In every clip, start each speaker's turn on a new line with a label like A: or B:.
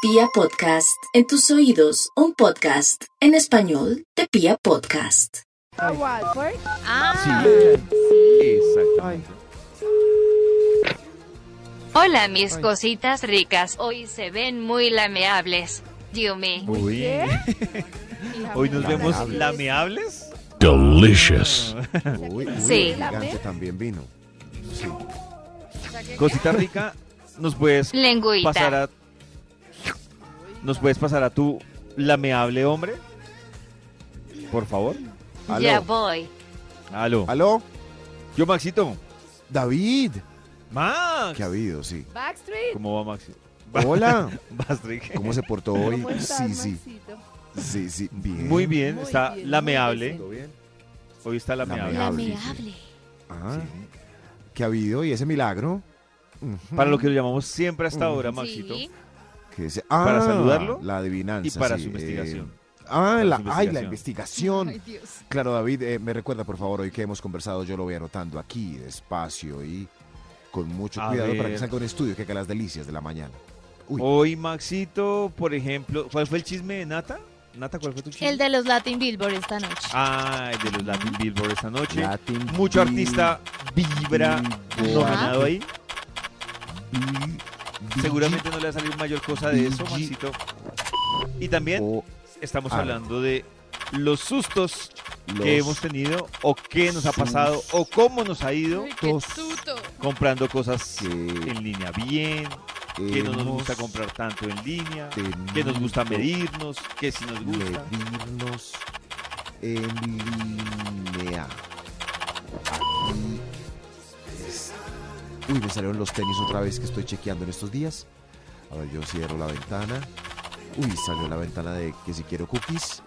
A: Pia Podcast, en tus oídos, un podcast en español de Pia Podcast.
B: ¿A Watford?
C: Sí,
B: Ah,
C: exactamente.
D: Hola mis cositas ricas, hoy se ven muy lameables. Yumi,
C: Uy.
B: ¿Qué?
C: Hoy nos vemos lameables.
E: Delicious.
F: Uy, uy,
D: Sí.
F: elegante también vino. Sí.
C: Cosita rica, nos puedes pasar
D: lengüita.
C: a. ¿Nos puedes pasar a tu lameable hombre? Por favor.
D: Ya pues.
F: Aló.
D: voy.
C: Aló.
F: Aló,
C: Yo, Maxito.
F: David.
C: Max.
F: ¿Qué ha habido? Sí.
B: Backstreet.
C: ¿Cómo va, Maxi?
F: Hola.
C: Bastric.
F: ¿Cómo se portó hoy?
B: ¿Cómo estás,
F: Sí, sí.
B: Maxito?
F: Sí, sí. Bien.
C: Muy bien,
B: Muy
C: está
B: bien, muy
C: lameable.
B: decente.
F: bien?
C: Hoy está lameable.
F: Lameable. Ah, ¿Qué ha habido? ¿Y ese milagro? Ujú.
C: Para lo que lo llamamos siempre hasta
F: Mm.
C: ahora, Maxito.
D: Sí.
F: Que ese-
C: para
F: Ah,
C: saludarlo
F: La adivinanza.
C: Y para
F: sí,
C: su
F: eh,
C: investigación.
F: Ah,
C: Para
F: la,
C: su
F: ay, la
C: investigación.
F: investigación.
B: Ay, Dios.
F: Claro, David, eh, me recuerda, por favor, hoy que hemos conversado, yo lo voy anotando aquí, despacio y con mucho
C: A
F: cuidado para que
C: ver.
F: salga un estudio que haga las delicias de la mañana. Uy.
C: Hoy, Maxito, por ejemplo, ¿cuál fue el chisme de Nata? Nata, ¿cuál fue tu chisme?
G: El de los Latin Billboard esta noche.
C: Ay, de los Latin Billboard esta noche.
F: Latin
C: Mucho artista vibra
F: Billboard.
C: no ganado ahí.
F: Bi-
C: Seguramente no le va a salir mayor cosa de eso, Maxito. Y también
F: o
C: estamos
F: art.
C: hablando de los sustos
F: los
C: que hemos tenido o qué nos ha pasado o cómo nos ha ido
G: Ay, qué
F: dos.
G: susto.
F: pues,
C: comprando cosas
F: que
C: en línea bien, que no nos
F: hemos
C: gusta comprar tanto en línea, que nos gusta
F: tenido
C: medirnos, que si nos gusta.
F: medirnos en línea. Aquí es- Uy, me salieron los tenis otra vez que estoy chequeando en estos días. A ver, yo cierro la ventana. Uy, salió la ventana de que si quiero cookies.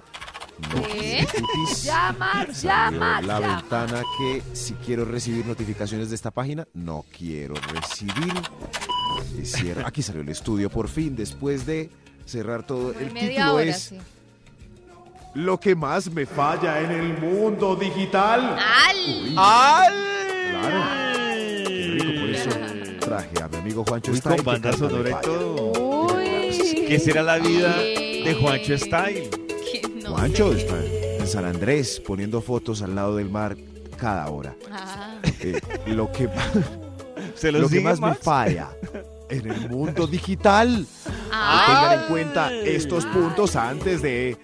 F: No
G: ¿Qué?
F: quiero cookies.
B: Ya, Max, ya,
F: Salió
B: Max,
F: la
B: ya.
F: ventana que si quiero recibir notificaciones de esta página, no quiero recibir. Y cierro- Aquí salió el estudio por fin, después de cerrar todo.
G: Como en
F: el
G: media
F: título
G: hora,
F: es
G: sí.
F: Lo que más me falla en el mundo digital.
G: ¡Al!
F: Claro. Qué rico, por eso traje a mi amigo Juancho
C: Uy,
F: Stein,
C: con
F: que
C: banda
F: canta
C: sonora
F: Me
C: y todo.
B: Uy.
C: ¿Qué será la vida
G: Ay.
C: de Juancho Style?
G: Que no
F: Juancho
G: sé.
F: está en San Andrés poniendo fotos al lado del mar cada hora.
G: Ah,
F: Eh, lo que,
C: ¿Se
F: lo
C: los
F: que
C: digo
F: más
C: más
F: me falla en el mundo digital.
G: ah,
F: Tengan en cuenta estos puntos antes de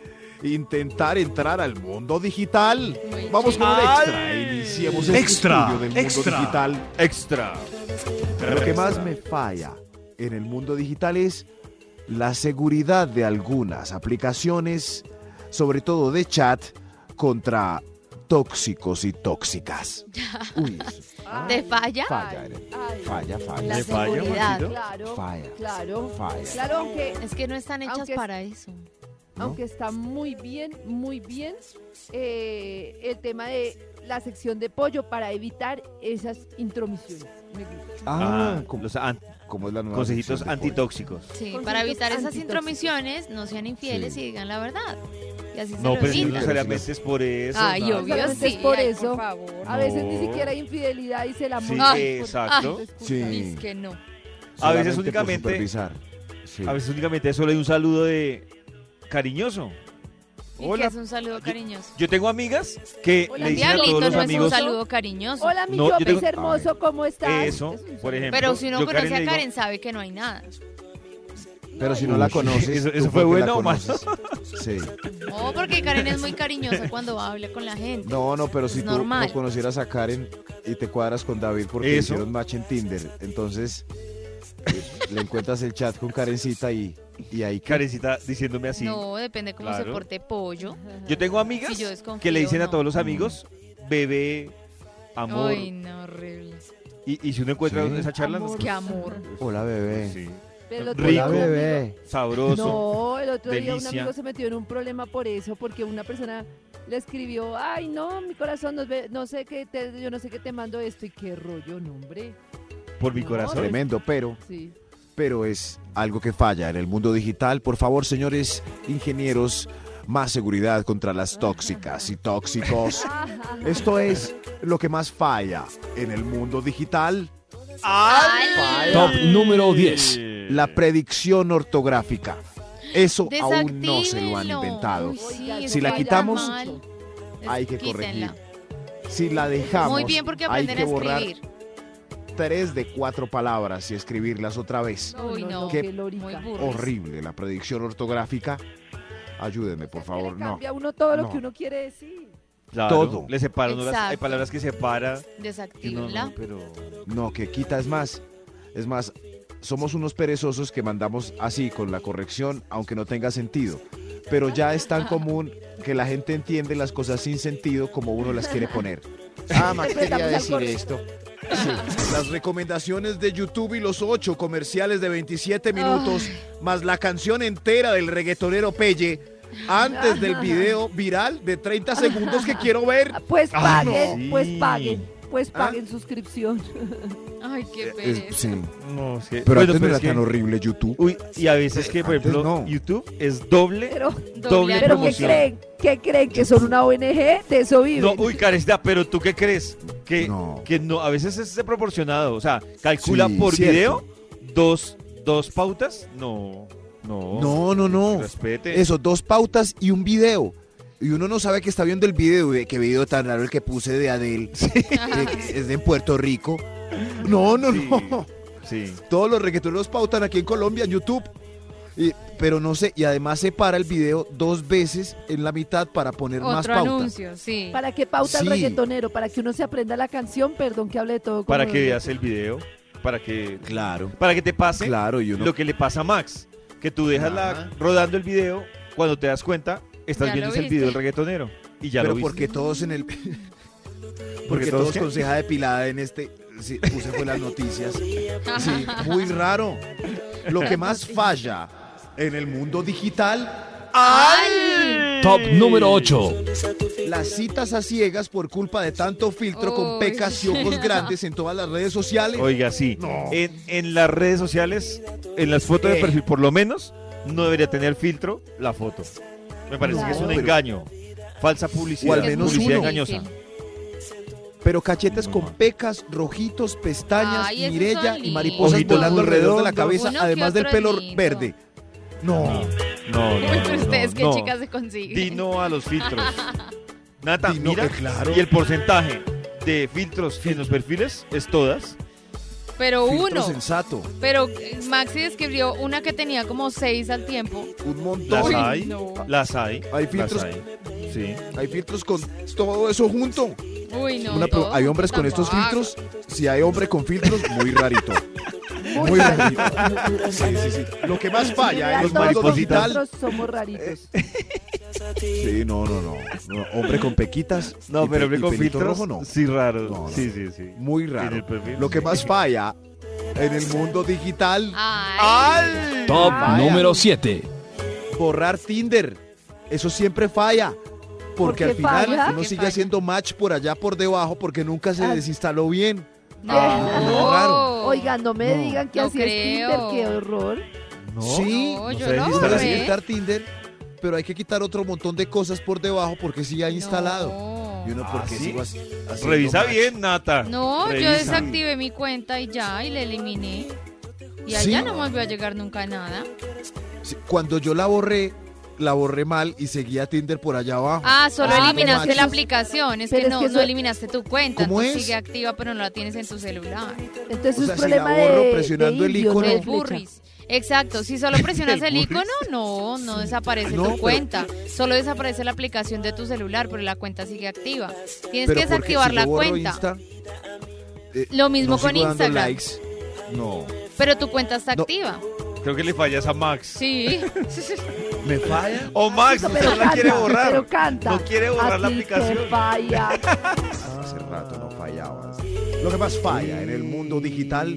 F: intentar entrar al mundo digital.
G: Muy
F: Vamos con un extra.
C: Ay.
F: Iniciemos este
E: Extra,
F: estudio del
E: extra.
F: mundo digital.
C: Extra.
F: Lo que más me falla en el mundo digital es la seguridad de algunas aplicaciones, sobre todo de chat, contra tóxicos y tóxicas. Uy, eso está-
G: ¿Te falla?
F: falla, Irene.
B: Ay,
F: falla,
G: La
F: falla,
C: ¿Le falla,
G: seguridad.
C: Maxito?
B: Claro,
F: Falla.
B: claro.
F: falla.
B: Claro, aunque,
G: Es que no están hechas
B: Aunque-
G: para eso.
F: ¿no?
B: aunque está muy bien, muy bien eh, el tema de la sección de pollo para evitar esas intromisiones. Me gusta.
C: Ah,
F: Ah, como,
C: los an-
F: como es la nueva
C: consejitos
F: sección de pollo.
C: antitóxicos.
G: Sí,
B: Conceptos
G: para evitar esas
B: antitóxicos.
G: intromisiones, no sean infieles
F: Sí.
G: y digan la verdad. Y así
C: No,
G: se lo
C: pero
F: sí,
C: no
G: evitan.
F: pero
C: necesariamente es por eso.
G: Ay,
C: nada.
G: obvio
B: Solamente
G: sí.
B: es por
G: ay,
B: eso.
G: favor.
B: A veces ni
C: No.
B: siquiera hay infidelidad y se la
C: Sí,
B: montan por
C: exacto.
B: tanto excusa.
C: Mm.
F: Sí.
G: Es que no.
C: A veces
F: Solamente por
C: únicamente-
F: supervisar. Sí.
C: A veces únicamente solo hay un saludo de cariñoso.
G: Y
C: Hola.
G: que es un saludo cariñoso.
C: Yo tengo amigas que
B: Hola,
C: le dicen a
G: Diablito
C: todos los
G: no es un
C: amigos
G: saludo cariñoso.
B: Hola, mi
C: No, yo
B: Chopes
C: tengo-
B: hermoso, ¿cómo estás?
C: Eso,
B: Es un
C: por ejemplo.
G: Pero si uno
C: yo Karen
G: conoce
C: le
G: a
C: digo-
G: Karen, sabe que no hay nada.
F: Pero si no la
C: Uy,
F: conoces,
C: eso-
F: tú
C: eso fue
F: porque
C: bueno
F: la
C: o malo.
F: conoces. Sí.
G: No, porque Karen es muy cariñosa cuando habla con la gente.
F: No, no, pero
G: Es
F: si tú
G: normal.
F: no conocieras a Karen y te cuadras con David porque
C: Eso.
F: hicieron match en Tinder, entonces eh, le encuentras el chat con Karencita y, y ahí Karen.
C: Karencita diciéndome así.
G: No, depende cómo se
C: Claro.
G: porte pollo.
C: Yo tengo amigas
G: Si yo desconfío,
C: que le dicen a
G: no.
C: todos los amigos bebé, amor.
G: Ay, no, horrible.
C: Y, y si uno encuentra
F: Sí.
C: esa charla, no-
G: Qué amor.
F: Hola bebé.
C: Sí.
B: Pero el otro día
F: Hola
C: Rico.
B: un amigo-
F: bebé.
C: Sabroso.
B: No, el otro día
C: delicia.
B: un amigo se metió en un problema por eso, porque una persona le escribió, ay no, mi corazón, no, ve- no sé qué, te, yo no sé qué te mando esto y qué rollo, no hombre.
C: Por mi
B: No,
C: corazón.
F: Tremendo, pero
B: Sí.
F: pero es algo que falla en el mundo digital. Por favor, señores ingenieros, más seguridad contra las tóxicas y tóxicos. Esto es lo que más falla en el mundo digital.
C: ¡Ay!
E: Top número 10.
F: la predicción ortográfica. Eso aún no se lo han
G: Desactívenlo.
F: inventado.
G: Uy, sí, eso
F: Si la
G: está
F: quitamos,
G: mal.
F: Hay que
G: Quítenla.
F: corregir. Si la dejamos,
G: Muy bien porque
F: hay
G: aprender
F: que
G: a
F: borrar
G: escribir.
F: tres de cuatro palabras y escribirlas otra vez.
G: Uy, no,
F: qué
B: lorica.
G: Muy burro.
F: Horrible la predicción ortográfica. Ayúdeme, por favor, no. Ah,
B: Cambia uno todo lo
F: no.
B: que uno quiere decir.
C: Claro,
F: Todo.
C: Le separa uno las- hay
G: Exacto.
C: palabras que separa. que uno
G: Desactívenla.
C: no, pero
F: No, que quita es más. Es más, somos unos perezosos que mandamos así con la corrección, aunque no tenga sentido. Pero ya es tan común que la gente entiende las cosas sin sentido como uno las quiere poner. Ah, Max quería decir esto. Sí. Las recomendaciones de YouTube y los ocho comerciales de 27 minutos, más la canción entera del reggaetonero Pelle, antes del video viral de 30 segundos que quiero ver.
B: Ah, Pues
F: Ah, no.
B: paguen, pues
C: Sí.
B: paguen, pues
F: ¿Ah?
B: paguen suscripción.
G: Ay, qué
F: Es-
G: pereza.
F: eh, sí,
C: No, es que-
F: pero
C: bueno,
F: antes no
C: pero
F: era
C: es que-
F: tan horrible YouTube.
C: Uy, y a veces que, por
F: Antes
C: ejemplo,
F: no.
C: YouTube es doble.
B: Pero,
C: Doble
B: pero
G: al-
B: ¿qué
C: promoción.
B: creen? ¿Qué creen? ¿Que son una ONG? De eso viven.
C: No, uy, Karencita, pero ¿tú qué crees? Que
F: No.
C: que no, a veces es proporcionado. O sea, calcula
F: Sí,
C: por
F: cierto.
C: video dos, dos pautas. No, no.
F: No, no, no.
C: Respete.
F: Eso, dos pautas y un video. Y uno no sabe que está viendo el video, y qué video tan raro el que puse de Adele, que es de Puerto Rico. No, no,
C: Sí.
F: no.
C: Sí.
F: Todos los reggaetoneros pautan aquí en Colombia, en YouTube. Y- pero no sé, y además separa el video dos veces en la mitad para poner eh, más
G: Otro
F: pautas.
G: anuncio, sí.
B: ¿Para qué pauta
F: Sí.
B: el reggaetonero? Para que uno se aprenda la canción, perdón que hable de todo. como
C: Para que
B: de-
C: veas el video. Para que,
F: Claro,
C: para que te pase
F: claro, y uno.
C: lo que le pasa a Max. Que tú dejas la, rodando el video. Cuando te das cuenta, estás
G: Ya
C: viendo
G: lo
C: el video del
G: viste.
C: reggaetonero. Y ya
F: pero
C: lo viste.
F: porque todos en el.
C: Porque
F: Porque
C: todos
F: todos
C: qué?
F: con ceja depilada en este. Sí, puse fue las noticias. Sí, muy raro. Lo que más falla en el mundo digital,
E: Top número 8.
F: las citas a ciegas por culpa de tanto filtro con
G: Uy.
F: pecas y ojos grandes en todas las redes sociales.
C: Oiga, sí. En, en las redes sociales, en las fotos de
F: Eh.
C: perfil, por lo menos, no debería tener filtro la foto. Me parece que es
B: No,
C: un
F: pero-
C: engaño. Falsa publicidad.
F: O al menos
C: publicidad
F: uno.
C: engañosa.
F: Pero cachetes
C: Muy
F: con
C: mal.
F: pecas, rojitos, pestañas,
G: Ay, esos
F: mirella
G: son
F: y mariposas
C: lindos.
F: volando alrededor de la
C: Ojitos muy
F: cabeza,
G: redondos. Uno que
F: además del
G: otro
F: pelo
G: lindo.
F: verde. No,
C: No, no.
G: Uy,
C: no,
G: pero
C: no,
G: ustedes qué
C: no.
G: chicas se consiguen.
C: Di no a los filtros. Nata,
F: Di no,
C: mira.
F: que claro.
C: Y el porcentaje de filtros en los perfiles es todas.
G: Pero
F: filtro
G: uno.
F: sensato,
G: Pero eh, Maxi describió una que tenía como seis al tiempo.
F: un
C: Las
F: montón.
G: Uy,
C: hay.
G: no.
C: Las hay.
F: Hay filtros.
C: Las hay. Sí.
F: Hay filtros con todo eso junto.
G: Uy, no.
F: Una pro-
G: todos
F: hay
G: son
F: hombres con
G: tan
F: estos
G: vagos.
F: filtros. Si hay hombre con filtros, muy rarito. Muy rarito. Sí, sí, sí. Lo que más falla en
B: Mira,
F: los
B: todos
F: mundos
C: maripositas.
F: digital.
B: nosotros somos raritos.
F: Sí, no, no, no, no. Hombre con pequitas.
C: No,
F: y pe-
C: pero hombre
F: y
C: con
F: pelito
C: filtros.
F: rojo no.
C: Sí, raro.
F: No, no.
C: Sí, sí, sí.
F: Muy
C: En el
F: raro.
C: perfil.
F: Lo que más falla en el mundo digital,
G: Ay,
E: Top
B: Vaya.
E: número 7.
F: borrar Tinder. Eso siempre falla. Porque
B: ¿Por qué
F: al final
B: falla?
F: uno
G: ¿Qué
F: sigue
G: falla?
F: haciendo match por allá por debajo porque nunca se
B: Ah.
F: desinstaló bien.
G: no.
F: Ah, raro.
B: Oiga, Oh, no me
F: No.
B: digan que
G: No
B: así es
G: creo.
B: Tinder, qué horror.
C: No.
F: Sí,
G: No,
C: no
G: yo
C: sé,
G: no,
C: sí está
F: Para
C: bien.
G: ¿eh?
F: instalar Tinder, pero hay que quitar otro montón de cosas por debajo porque sí hay instalado.
G: No.
F: Y uno,
C: Ah,
F: ¿por qué
C: ¿sí?
F: sigo así- haciendo
C: Revisa
F: match?
C: bien, Nata.
G: No, yo
C: Revisa.
G: desactivé mi cuenta y ya, y la eliminé. Y
F: Sí.
G: allá no volvió a llegar nunca nada.
F: Sí, Cuando yo la borré, la borré mal y seguía Tinder por allá abajo.
G: Ah, solo
F: Ah,
G: eliminaste
F: pero
G: la
F: eso-
G: aplicación. Es
B: pero
G: que
B: es
G: no,
B: que
G: no
B: eso-
G: eliminaste tu cuenta.
F: ¿Cómo
G: entonces
F: es?
G: Sigue activa, pero no la tienes en tu celular.
B: Entonces
F: O sea,
B: es
F: si la
B: problema
F: borro
B: de,
F: presionando
B: de
F: el
B: indios,
F: icono-
B: de
G: El
F: El
B: flecha.
G: burris. Exacto, si solo presionas
C: El
G: el,
C: burris.
G: icono, no, no desaparece
F: No,
G: tu
F: pero-
G: cuenta. Solo desaparece la aplicación de tu celular, pero la cuenta sigue activa.
F: Pero
G: Tienes que
F: ¿por qué?
G: desactivar
F: Si yo
G: la
F: borro
G: cuenta.
F: Insta, eh,
G: Lo mismo
F: no
G: con
F: sigo dando
G: Instagram.
F: likes. No,
G: Pero tu cuenta está
F: No.
G: activa.
C: Creo que le fallas a Max.
G: Sí.
F: me falla.
C: O Max,
B: Pero
C: usted no la
B: canta,
C: quiere borrar.
B: Pero canta.
C: No quiere borrar la
B: A ti te
C: aplicación.
B: falla.
F: Hace rato no fallabas. Lo que más falla en el mundo digital.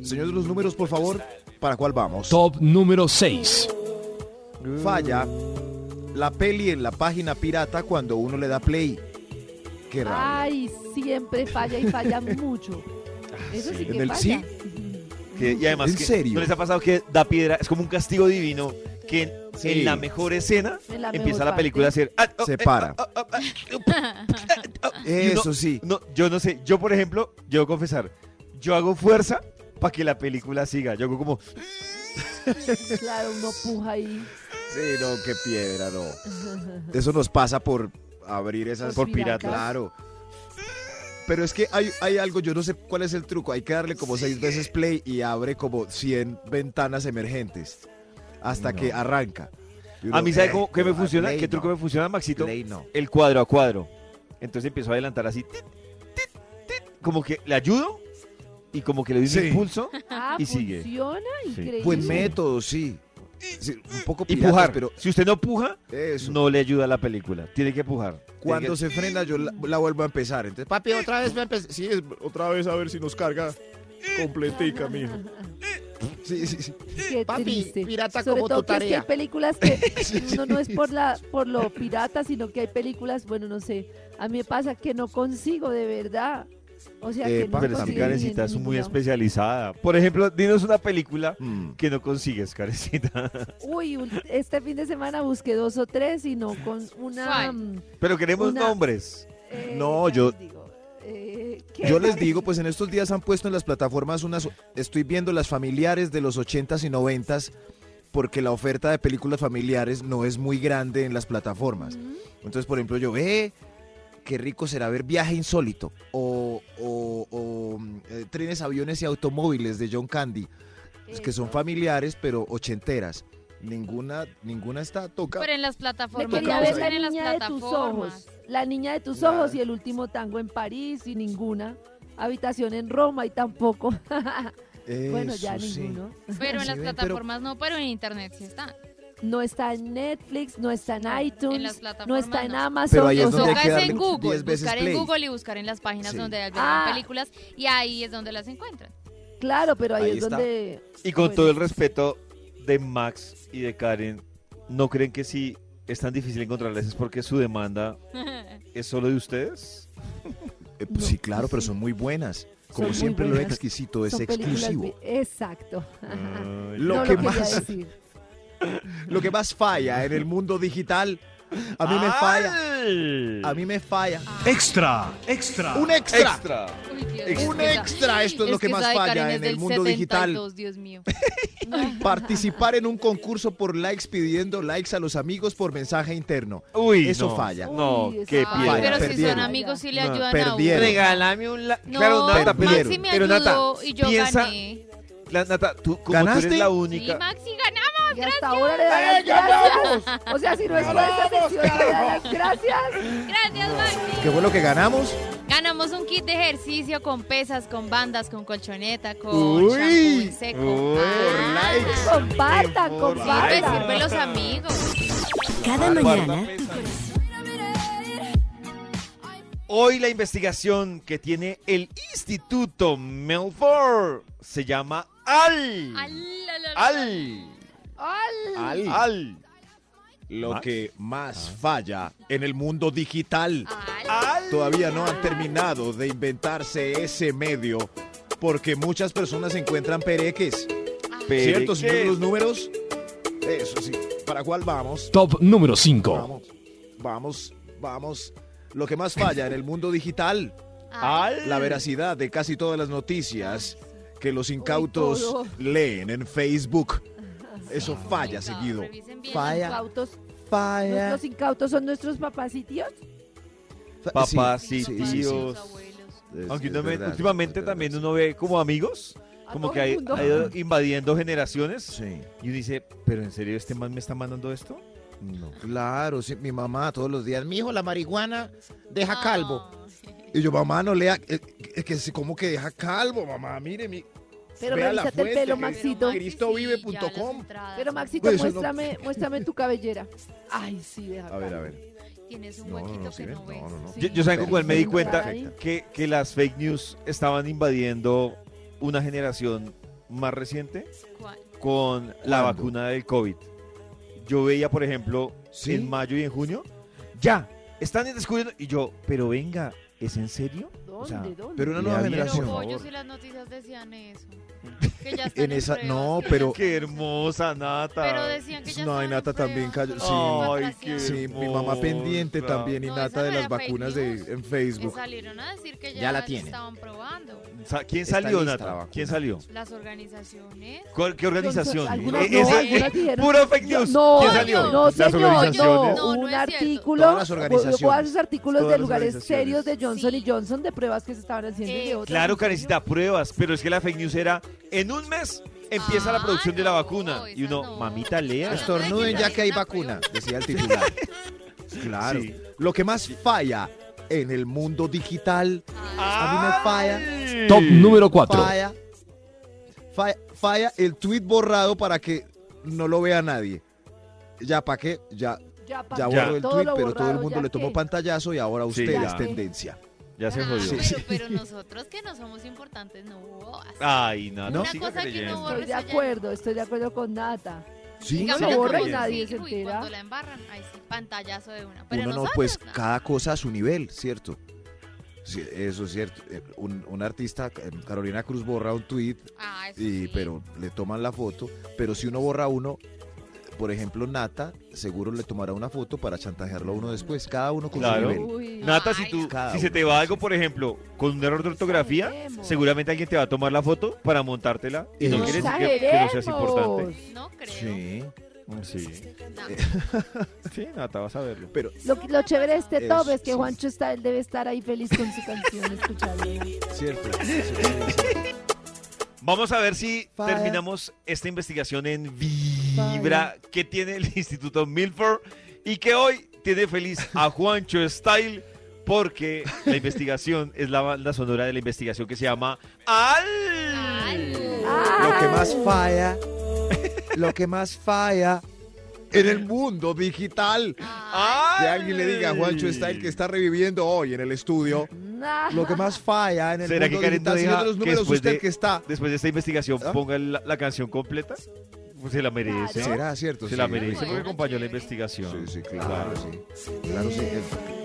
F: Señor de los números, por favor, ¿para cuál vamos?
E: Top número 6.
F: falla la peli en la página pirata cuando uno le da play. Qué raro.
B: Ay, siempre falla y falla mucho. Eso sí,
C: sí.
B: que
F: En el
B: falla.
F: sí.
C: Que- y además,
F: ¿En
C: que
F: serio?
C: ¿no les ha pasado que da piedra? Es como un castigo divino que en,
F: Sí.
C: en la mejor escena
B: En la mejor
C: empieza la película a
B: parte.
C: hacer. ah, oh,
F: Se
C: eh,
F: para.
C: ah, ah, ah, y uno-
F: Eso sí.
C: no, yo no sé. Yo, por ejemplo, yo debo confesar, yo hago fuerza para que la película siga. Yo hago como,
B: Claro, uno puja ahí.
F: Sí, no, qué piedra, no. Eso nos pasa por abrir esas...
C: Por piratas.
F: Claro. Pero es que hay, hay algo, yo no sé cuál es el truco. Hay que darle como seis veces play y abre como 100 ventanas emergentes hasta que arranca. Y uno,
C: a mí, ¿sabe
F: eh,
C: cómo que me
F: ah,
C: funciona?
F: play
C: ¿Qué truco
F: no,
C: me funciona, Maxito?
F: Play no.
C: El cuadro a cuadro. Entonces empiezo a adelantar así, tit, tit, tit, como que le ayudo y como que le doy un
F: Sí.
C: impulso.
B: Ah,
C: Y sigue.
B: funciona,
C: Sí.
B: increíble.
F: Buen método, sí. Sí, un poco
C: Y
F: piratas,
C: pujar.
F: pero
C: Si usted no puja,
F: eso.
C: no le ayuda a la película. Tiene que pujar. Tiene
F: Cuando
C: que-
F: se frena, yo la, la vuelvo a empezar. Entonces, papi, otra vez voy a empezar. Sí, es- otra vez a ver si nos carga completica, mijo. Sí, sí, sí.
B: Qué
H: Papi,
B: triste.
H: pirata
B: Sobre
H: como
B: todo
H: tu
B: que es que
H: tarea.
B: hay películas que uno no es por la por lo pirata, sino que hay películas, bueno, no sé. A mí me pasa que no consigo de verdad. O sea, que
F: Epa,
B: no
C: Pero es
B: consigo
C: que
F: también.
C: Karencita
B: en
C: es
B: ningún
C: muy
B: lado.
C: especializada. Por ejemplo, dinos una película
F: Mm.
C: que no consigues, Karencita.
B: Uy, ul- este fin de semana busqué dos o tres y no con una
G: ¿Cuál?
B: mm,
C: Pero queremos
B: Una-
C: nombres.
B: eh,
F: No,
B: ¿qué
F: yo-
B: les digo? Eh, ¿qué?
F: Yo les digo, pues en estos días han puesto en las plataformas unas. Estoy viendo las familiares de los 80s y 90s, porque la oferta de películas familiares no es muy grande en las plataformas.
B: Mm,
F: Entonces, por ejemplo, yo, eh, qué rico será ver Viaje Insólito o, o- o, mm, eh, Trenes, Aviones y Automóviles de John Candy, pues, que son
B: Eso.
F: familiares, pero ochenteras. Ninguna, ninguna está toca.
G: Pero en las
B: Me
G: plataformas.
B: quería
F: Nunca
G: no
B: ver
F: vamos
B: la
G: están en las
B: niña de tus
G: plataformas.
B: ojos. La niña de tus
F: Nada.
B: ojos y el último tango en París y ninguna. Habitación en Roma y tampoco. bueno, ya
F: Eso sí.
B: ninguno.
G: Pero en
F: Sí, ven,
G: las
F: pero-
G: plataformas no, pero en internet sí están.
B: No está en Netflix, no está en
G: En las
B: iTunes, no
G: plataformas
B: está en
G: no.
B: Amazon.
F: Pero ahí es
B: no
G: Nos
F: donde hay
B: está-
G: toca
F: que
G: es
F: darle
G: en Google,
F: 10 veces
G: buscar en
F: play.
G: Google y buscar en las páginas
F: Sí.
G: donde hay
B: Ah.
G: películas y ahí es donde las encuentran.
B: Claro, pero ahí,
F: Ahí
B: es
F: está.
B: donde...
C: Y con
B: Bueno.
C: todo el respeto de Max y de Karen, ¿no creen que si es tan difícil encontrarles es porque su demanda es solo de ustedes?
F: Eh, pues
B: No,
F: sí, claro,
B: pues
F: pero
B: sí.
F: son muy buenas. Como
B: muy
F: siempre, lo
B: buenas.
F: exquisito es
B: son películas
F: exclusivo.
B: vi- Exacto.
C: Ay,
F: Lo
B: No
F: que
B: quería
F: más-
B: decir.
F: Lo que más falla en el mundo digital, a mí me falla.
C: ¡Ay!
F: A mí me falla.
E: Extra, extra.
F: Un extra.
C: Ah, Extra.
G: Uy, Dios
C: Extra.
G: mío.
F: Un extra. Esto es, lo que más
G: esa de Karen
F: falla
G: es
F: en
G: del
F: el mundo digital.
G: 72, Dios mío.
F: Participar en un concurso por likes pidiendo likes a los amigos por mensaje interno.
C: Uy,
F: Eso
C: no.
F: falla.
C: No,
B: Uy, eso
C: qué
G: Ay,
F: piedra.
C: piedra.
G: pero si son
F: Eh, Perdieron.
G: amigos sí le
C: No,
G: ayudan
F: perdieron.
G: a uno.
C: Regálame un like.
G: No,
C: claro, Nata,
F: perdieron.
G: Maxi me
C: pero Nata,
G: ayudó y yo
C: piensa-
G: gané.
C: la- Nata, tú, como tú
F: ¿Ganaste?
C: eres la
G: Sí,
C: única.
G: Maxi ganamos.
B: Y hasta ahora le dan las gracias. O sea, si no es por esta sección, le dan las gracias.
G: Gracias, Maxi.
F: ¿Qué fue lo que ganamos?
G: Ganamos un kit de ejercicio con pesas, con bandas, con colchoneta, con
C: Uy.
G: shampoo en seco.
C: Uy.
G: Ah,
B: Compartan,
C: Por
G: sí, me
B: compartan.
G: sirven los amigos.
A: Cada mañana
C: Hoy la investigación que tiene el Instituto Melford se llama AL. AL.
F: Al,
C: AL.
F: lo
C: Max.
F: que más falla en el mundo digital.
C: AL.
F: Todavía no han terminado de inventarse ese medio porque muchas personas encuentran pereques. ¿Cierto?
C: Pereques.
F: Señor, los números. Eso sí. ¿Para cuál vamos?
E: Top número 5.
F: Vamos, vamos, vamos. Lo que más falla en el mundo digital,
C: Al.
F: la veracidad de casi todas las noticias que los incautos
B: todo.
F: leen en Facebook. Eso falla seguido. Falla,
B: Incautos.
F: falla.
B: Nuestros incautos son nuestros papás y tíos.
C: Papás
F: Sí,
C: y
F: sí, sí, sí.
C: tíos.
F: Es-
C: Aunque
F: es
C: uno ve-
F: verdad,
C: últimamente
F: es verdad,
C: también
F: sí.
C: uno ve como amigos,
B: A
C: como
B: todo
C: que
B: el
C: ha,
B: mundo.
C: ha ido invadiendo generaciones.
F: Sí.
C: Y uno dice, ¿pero en serio este man me está mandando esto? No.
F: Claro, sí, mi mamá todos los días, mi hijo, la marihuana deja
G: Ah,
F: calvo. Y yo, mamá, no lea, eh, eh, que se- ¿cómo que deja calvo, mamá? Mire, mi,
B: Pero
F: vea la
B: revísate el
F: fuente
B: pelo,
F: que-
B: Maxito.
F: cristovive.com.
B: Pero Maxito,
F: Pues eso no-
B: muéstrame, muéstrame tu cabellera. Ay, sí, deja.
F: A ver, a ver.
G: Tienes un
F: No, no,
G: huequito
F: no, sí
G: que
F: ven,
G: no ves.
F: no, no, no.
G: Sí.
C: Yo, yo saben con cuál me di cuenta
B: Perfecta.
C: que, que las fake news estaban invadiendo una generación más reciente
G: ¿Cuál?
C: con la
F: ¿Cuándo?
C: vacuna del COVID. Yo veía, por ejemplo,
F: ¿Sí?
C: en mayo y en junio, ya, están descubriendo. Y yo, pero venga, ¿es en serio?
B: ¿Dónde?
C: O sea,
B: ¿Dónde?
F: Pero una
C: Le
F: nueva
C: había-
G: Pero
C: Gracias, por
F: generación.
C: favor.
G: pollos y las noticias decían eso. Que ya están
F: En esa,
G: pruebas,
F: no,
G: que ya
F: pero,
G: están-
C: Qué hermosa Nata.
G: Pero decían que ya
F: No,
G: estaban en
F: Nata también
G: pruebas,
F: cayó-
G: que
F: sí.
G: estaban
C: Ay,
G: en
C: qué
G: vacaciones.
F: sí, mi mamá pendiente
C: Hermosa.
F: también y
G: No,
F: nata
G: esa
F: de
G: no
F: las
G: era fake
F: vacunas de,
G: news.
F: en
G: Eh,
F: Facebook.
G: Salieron a decir que ya,
H: Ya la
G: la
H: tienen.
G: estaban probando
C: Sa- ¿Quién
H: Está
C: salió,
H: lista la
C: Nata?
H: vacuna.
C: ¿Quién salió?
G: las organizaciones.
C: ¿Cuál- ¿Qué organización?
B: Algunas
C: Eh,
B: no,
C: ese-
B: algunas
C: eh,
B: dijeron-
C: puro fake news.
B: No,
C: ¿Quién
B: no,
C: salió?
B: no,
C: Las
B: señor,
C: organizaciones.
B: no,
G: No, no
B: un
G: es cierto.
B: artículo,
F: Todas las organizaciones.
B: voy a los artículos
F: Todas
B: de
F: las
B: lugares
F: organizaciones.
B: serios de Johnson
G: Sí.
B: y Johnson de pruebas que se estaban haciendo. y de
G: Eh,
B: otras.
C: Claro, Karencita, pruebas, pero es que la fake news era en un mes empieza la
G: Ah,
C: producción de la
G: no,
C: vacuna. Y uno,
G: esas no.
C: mamita, lea.
G: Esas
H: Estornuden ya que hay
G: Una
H: vacuna.
F: Decía el titular. claro.
C: Sí.
F: Lo que más falla en el mundo digital,
C: Ah,
F: a mí me falla.
E: Top número 4.
F: falla, falla, falla el tweet borrado para que no lo vea nadie. Ya, ¿para qué? Ya,
B: Ya,
F: ya
B: pasó,
F: borró el
B: todo
F: tweet,
B: lo
F: pero todo el
B: borrado,
F: mundo
B: ya
F: le tomó
B: qué.
F: pantallazo y ahora
C: Sí,
F: usted
C: ya.
F: es tendencia.
C: Ya se
G: Ah,
C: jodió.
F: Sí.
G: pero, pero nosotros que no somos importantes, no. así.
C: Ay, Nata,
F: Una
C: siga
G: cosa que no
C: creyendo.
G: borra-
B: Estoy de
G: Eso ya-
B: acuerdo, estoy de acuerdo con Nata.
F: Sí,
G: En
B: No
G: cambio,
B: lo
G: la
B: borra y
G: campaña,
B: nadie
G: sí,
B: se
G: uy,
B: entera.
G: Cuando la embarran, ahí sí, pantallazo de una. Pero
F: Uno no,
G: nosotros,
F: pues
G: nada.
F: cada cosa a su nivel, ¿cierto? Sí, eso es cierto. Eh, Un, un artista, eh, Carolina Cruz, borra un tweet,
G: Ah, eso
F: y,
G: sí.
F: pero le toman la foto. Pero si uno borra uno, por ejemplo, Nata, seguro le tomará una foto para chantajearlo a uno después. Cada uno con
C: Claro.
F: su nivel.
B: Uy,
C: Nata, si,
G: Ay,
C: tú,
F: cada
C: si se
F: uno,
C: te va algo, por ejemplo, con un error de ortografía,
B: exageremos.
C: seguramente alguien te va a tomar la foto para montártela. Y no
F: No
C: quiere decir que, que no seas importante. Mm,
B: exageremos.
G: No creo.
F: Sí.
C: Sí.
G: No.
C: Sí, Nata, vas a verlo.
F: Pero
B: Lo, lo chévere de este
F: Es-
B: top es que
F: sí.
B: Juancho está, él debe estar ahí feliz con su canción, escucharlo.
F: Cierto.
C: Vamos a ver si
F: Falla.
C: terminamos esta investigación en Vibra que tiene el Instituto Milford y que hoy tiene feliz a Juancho Style porque la investigación es la banda sonora de la investigación que se llama Al.
G: Ay,
F: Lo
B: Ah,
F: que más falla, lo que más falla en el mundo digital.
G: ay,
C: Al.
F: Que alguien le diga a Juancho Style que está reviviendo hoy en el estudio.
B: Nah.
F: Lo que más falla en el
C: ¿Será
F: mundo
C: que Karen no
F: digital.
C: deja
F: Señor de los
C: que
F: números,
C: después
F: usted
C: de-
F: que está.
C: Después de esta investigación
F: ¿Ah?
C: ponga la, la canción completa. Pues se la merece.
B: Claro.
F: Será cierto.
C: Se la
F: Sí.
C: merece porque
G: Bueno,
C: acompañó la
G: chévere.
C: investigación.
F: Sí, sí, claro, sí. Claro, sí. El-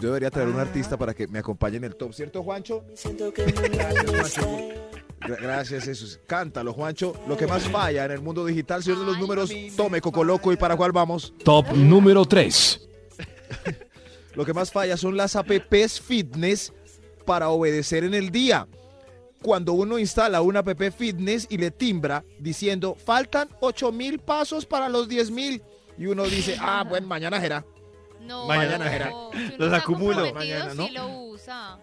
F: Yo debería traer un artista para que me acompañe en el top, ¿cierto, Juancho? Gracias, Juancho. Gra- Gracias, eso. es. Cántalo, Juancho. Lo que más falla en el mundo digital, señor de los números, tome Cocoloco y para cuál vamos.
E: Top número 3.
F: Lo que más falla son las apps fitness para obedecer en el día. Cuando uno instala una app fitness y le timbra diciendo faltan 8 mil pasos para los 10 mil. Y uno dice, ah, bueno, mañana será.
G: No,
C: Mañana,
G: no,
C: Jera.
G: si uno
C: Los
G: está
C: acumulo.
G: comprometido,
F: Mañana, ¿no?
G: Sí lo usa.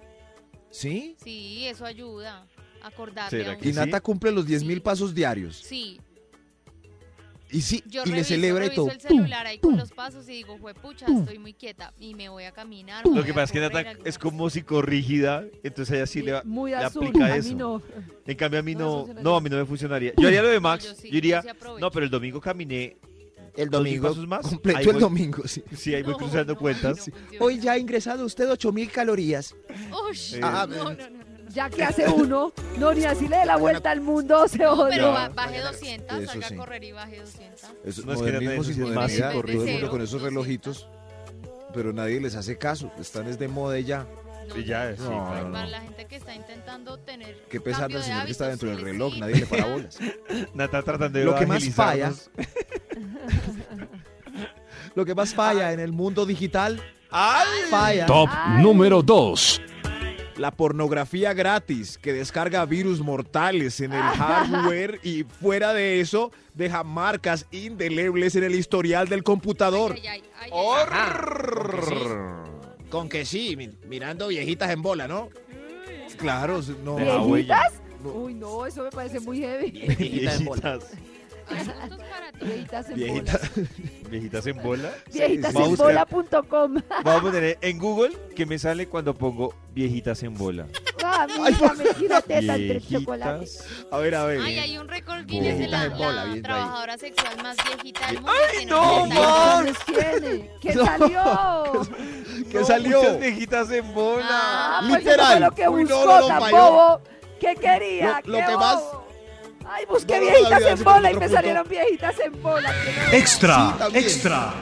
F: ¿Sí?
G: Sí, eso ayuda. Acordarle
C: ¿Será
G: a
C: que
F: Y
G: uno.
C: sí?
F: Nata cumple los 10 mil
G: Sí.
F: pasos diarios.
G: Sí,
F: Y sí,
G: yo
F: y
G: reviso,
F: le celebra y
G: reviso
F: todo.
G: el celular ahí con los pasos y digo, juepucha, estoy muy quieta y me voy a caminar.
C: Lo que pasa es que Nata es como psicorrígida, entonces ella sí le va.
B: Muy
C: le
B: azul,
C: aplica
B: a mí
C: eso.
B: no.
C: En cambio a mí
B: No,
C: no,
B: eso sí no
C: no a mí no me funcionaría. Yo haría lo de Max, yo diría, no,
G: no,
C: pero el domingo caminé,
F: El
C: Dos mil pasos más, ahí
F: Completo el
C: voy.
F: domingo, sí.
C: sí, ahí voy cruzando
G: no,
C: cuentas.
G: no funciona.
F: Hoy ya Ah, ha ingresado usted 8 mil calorías.
G: Ush,
C: Eh,
G: no, no, no, no, no.
B: Ya que hace uno, no, ni así le dé la vuelta al mundo, se
F: Oh,
B: jode.
G: Pero
C: Ya.
G: ba- bajé 200,
F: Eso
G: salga
F: sí.
G: a correr y bajé 200.
F: Eso,
C: No, es que
F: modernismo
C: Nata
F: sin
C: es más
F: modernidad,
G: psicorrígido.
F: todo el mundo con esos
G: Cero.
F: relojitos. Pero nadie les hace caso. Están es de moda y ya.
G: No,
C: Y ya,
G: no,
C: sí,
G: no,
F: claro.
G: para-
F: No,
G: Para
F: no.
G: la gente que está intentando tener.
F: Qué pesar
G: cambio
F: del
G: de
F: señor que está
G: hábitos,
F: dentro del
G: sí,
F: reloj.
G: sí.
F: Nadie le para bolas.
C: Nata tratando de
F: Lo que más
C: evangelizarnos.
F: Lo que más falla en el mundo digital,
C: ¡Ay!
F: falla.
E: Top
B: Ay.
E: número 2.
F: La pornografía gratis que descarga virus mortales en el hardware y fuera de eso deja marcas indelebles en el historial del computador.
G: Ay, ay, ay, ay, ay.
H: Con que sí, mi- mirando viejitas en bola, ¿no?
F: Claro, no.
C: Deja huella.
B: ¿Viejitas? Uy, no, eso me parece muy heavy.
H: Viejitas en bola.
C: Viejitas,
G: Hay gustos para ti.
B: Viejitas en bola.
F: Viejita.
C: viejitas en bola.
B: Viejitas
C: Va a
B: en
C: buscar.
B: bola.com.
C: Vamos a poner en Google que me sale cuando pongo viejitas en bola.
B: Ah, mira, me quiero teta entre chocolate.
C: Viejitas.
F: A ver, a ver.
G: Ay, hay un récord Guinness de
F: Viejitas
G: la,
F: en bola,
G: la
F: bien,
G: trabajadora sexual más viejita del mundo.
C: ¡Ay,
G: tiene
C: no,
G: 86.
C: man!
B: ¿Qué tiene? ¿Qué
F: No.
B: salió?
F: ¿Qué
C: No,
F: salió?
C: Muchas viejitas en bola.
G: Ah,
B: Ah, pues eso
F: Literal.
B: fue lo que
F: Uy, no,
B: buscó,
F: no, no,
B: tan
F: falló.
B: bobo. ¿Qué quería?
F: Lo- lo
B: ¡Qué
F: que más-
B: bobo! Ay, busqué
F: No, no,
B: viejitas
F: todavía
B: en
F: se
B: bola y me
F: encontró punto.
B: salieron viejitas en bola. que no-
E: Extra.
F: Sí, también.
E: extra.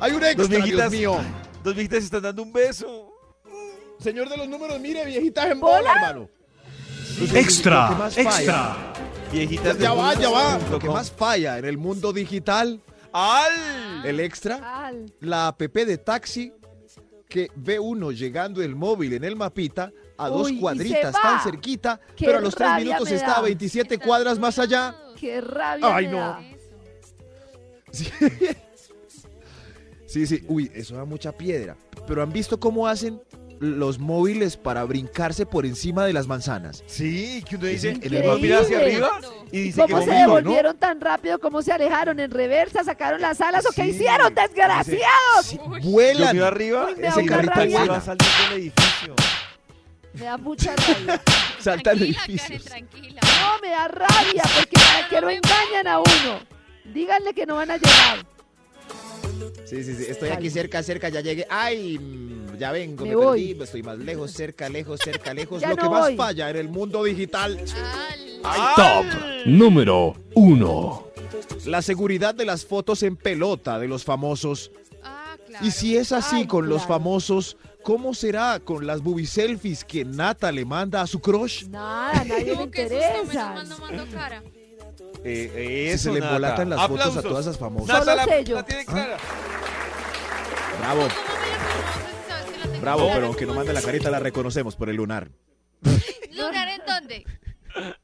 F: Hay un extra,
C: Dos viejitas.
F: Dios mío.
C: Dos viejitas se están dando un beso.
F: Señor de los números, mire, viejitas en bola, hermano. Entonces,
E: Extra.
F: lo que más falla
E: Extra.
C: Viejitas
F: Ya
C: del
F: va,
C: mundo
F: ya va.
C: punto
F: Lo que
C: com.
F: más falla en el mundo digital,
C: ¡Al!
F: el extra,
B: Al.
F: la app de taxi que ve uno llegando el móvil en el mapita a dos
B: Uy, y se
F: cuadritas
B: va.
F: tan cerquita,
B: Qué
F: pero a los tres
B: rabia
F: minutos
B: me
F: está a
B: da.
F: 27 cuadras más allá.
B: Qué rabia.
F: Ay,
B: me
F: no.
B: da.
F: Sí. sí, sí. Uy, eso da mucha piedra. Pero han visto cómo hacen los móviles para brincarse por encima de las manzanas.
C: Sí, que uno dice,
F: increíble.
C: uno mira hacia
B: Increíble.
C: arriba y dice que
B: ¿Cómo se
C: vomitó, ¿no?
B: devolvieron tan rápido? ¿Cómo se alejaron en reversa? ¿Sacaron las alas o qué
F: Sí,
B: hicieron, desgraciados?
F: Sí,
C: Yo miro
F: vuelan.
C: arriba,
B: Ah, Uy, me da
C: ese
B: una
C: carrito
B: rabia.
C: ahí va saliendo del edificio.
B: Me da mucha rabia.
F: Saltan
G: Tranquila, Karen,
F: edificios.
G: tranquila.
B: No, me da rabia porque para que no engañan a uno. Díganle que no van a llegar.
H: Sí, sí, sí. Estoy aquí cerca, cerca, ya llegué. Ay, mm, ya vengo,
B: Me
H: me,
B: voy.
H: perdí. Estoy más lejos, cerca, lejos, cerca, lejos.
B: Ya
H: Lo que
B: no
H: más
B: voy.
H: falla en el mundo digital.
G: Al-
E: Top número 1.
F: La seguridad de las fotos en pelota de los famosos.
G: Ah, claro.
F: Y si es así
B: Ay,
F: con los
B: claro.
F: famosos, ¿cómo será con las booby selfies que Nata le manda a su crush?
B: Nada, a nadie le
G: No, que susto, me
B: interesa.
G: están mandando cara.
C: Eh,
F: Si
C: eso,
F: se le
C: Nata.
F: embolatan las fotos a
C: Aplausos.
F: todas esas famosas.
C: Nata
B: Solo
C: la,
B: sé yo.
C: la tiene clara.
F: Bravo,
G: ¿Cómo me la conoces? ¿Sabes que la tengo
F: bravo,
G: clara?
F: pero aunque no mande la carita la reconocemos por el lunar.
G: ¿Lunar en dónde?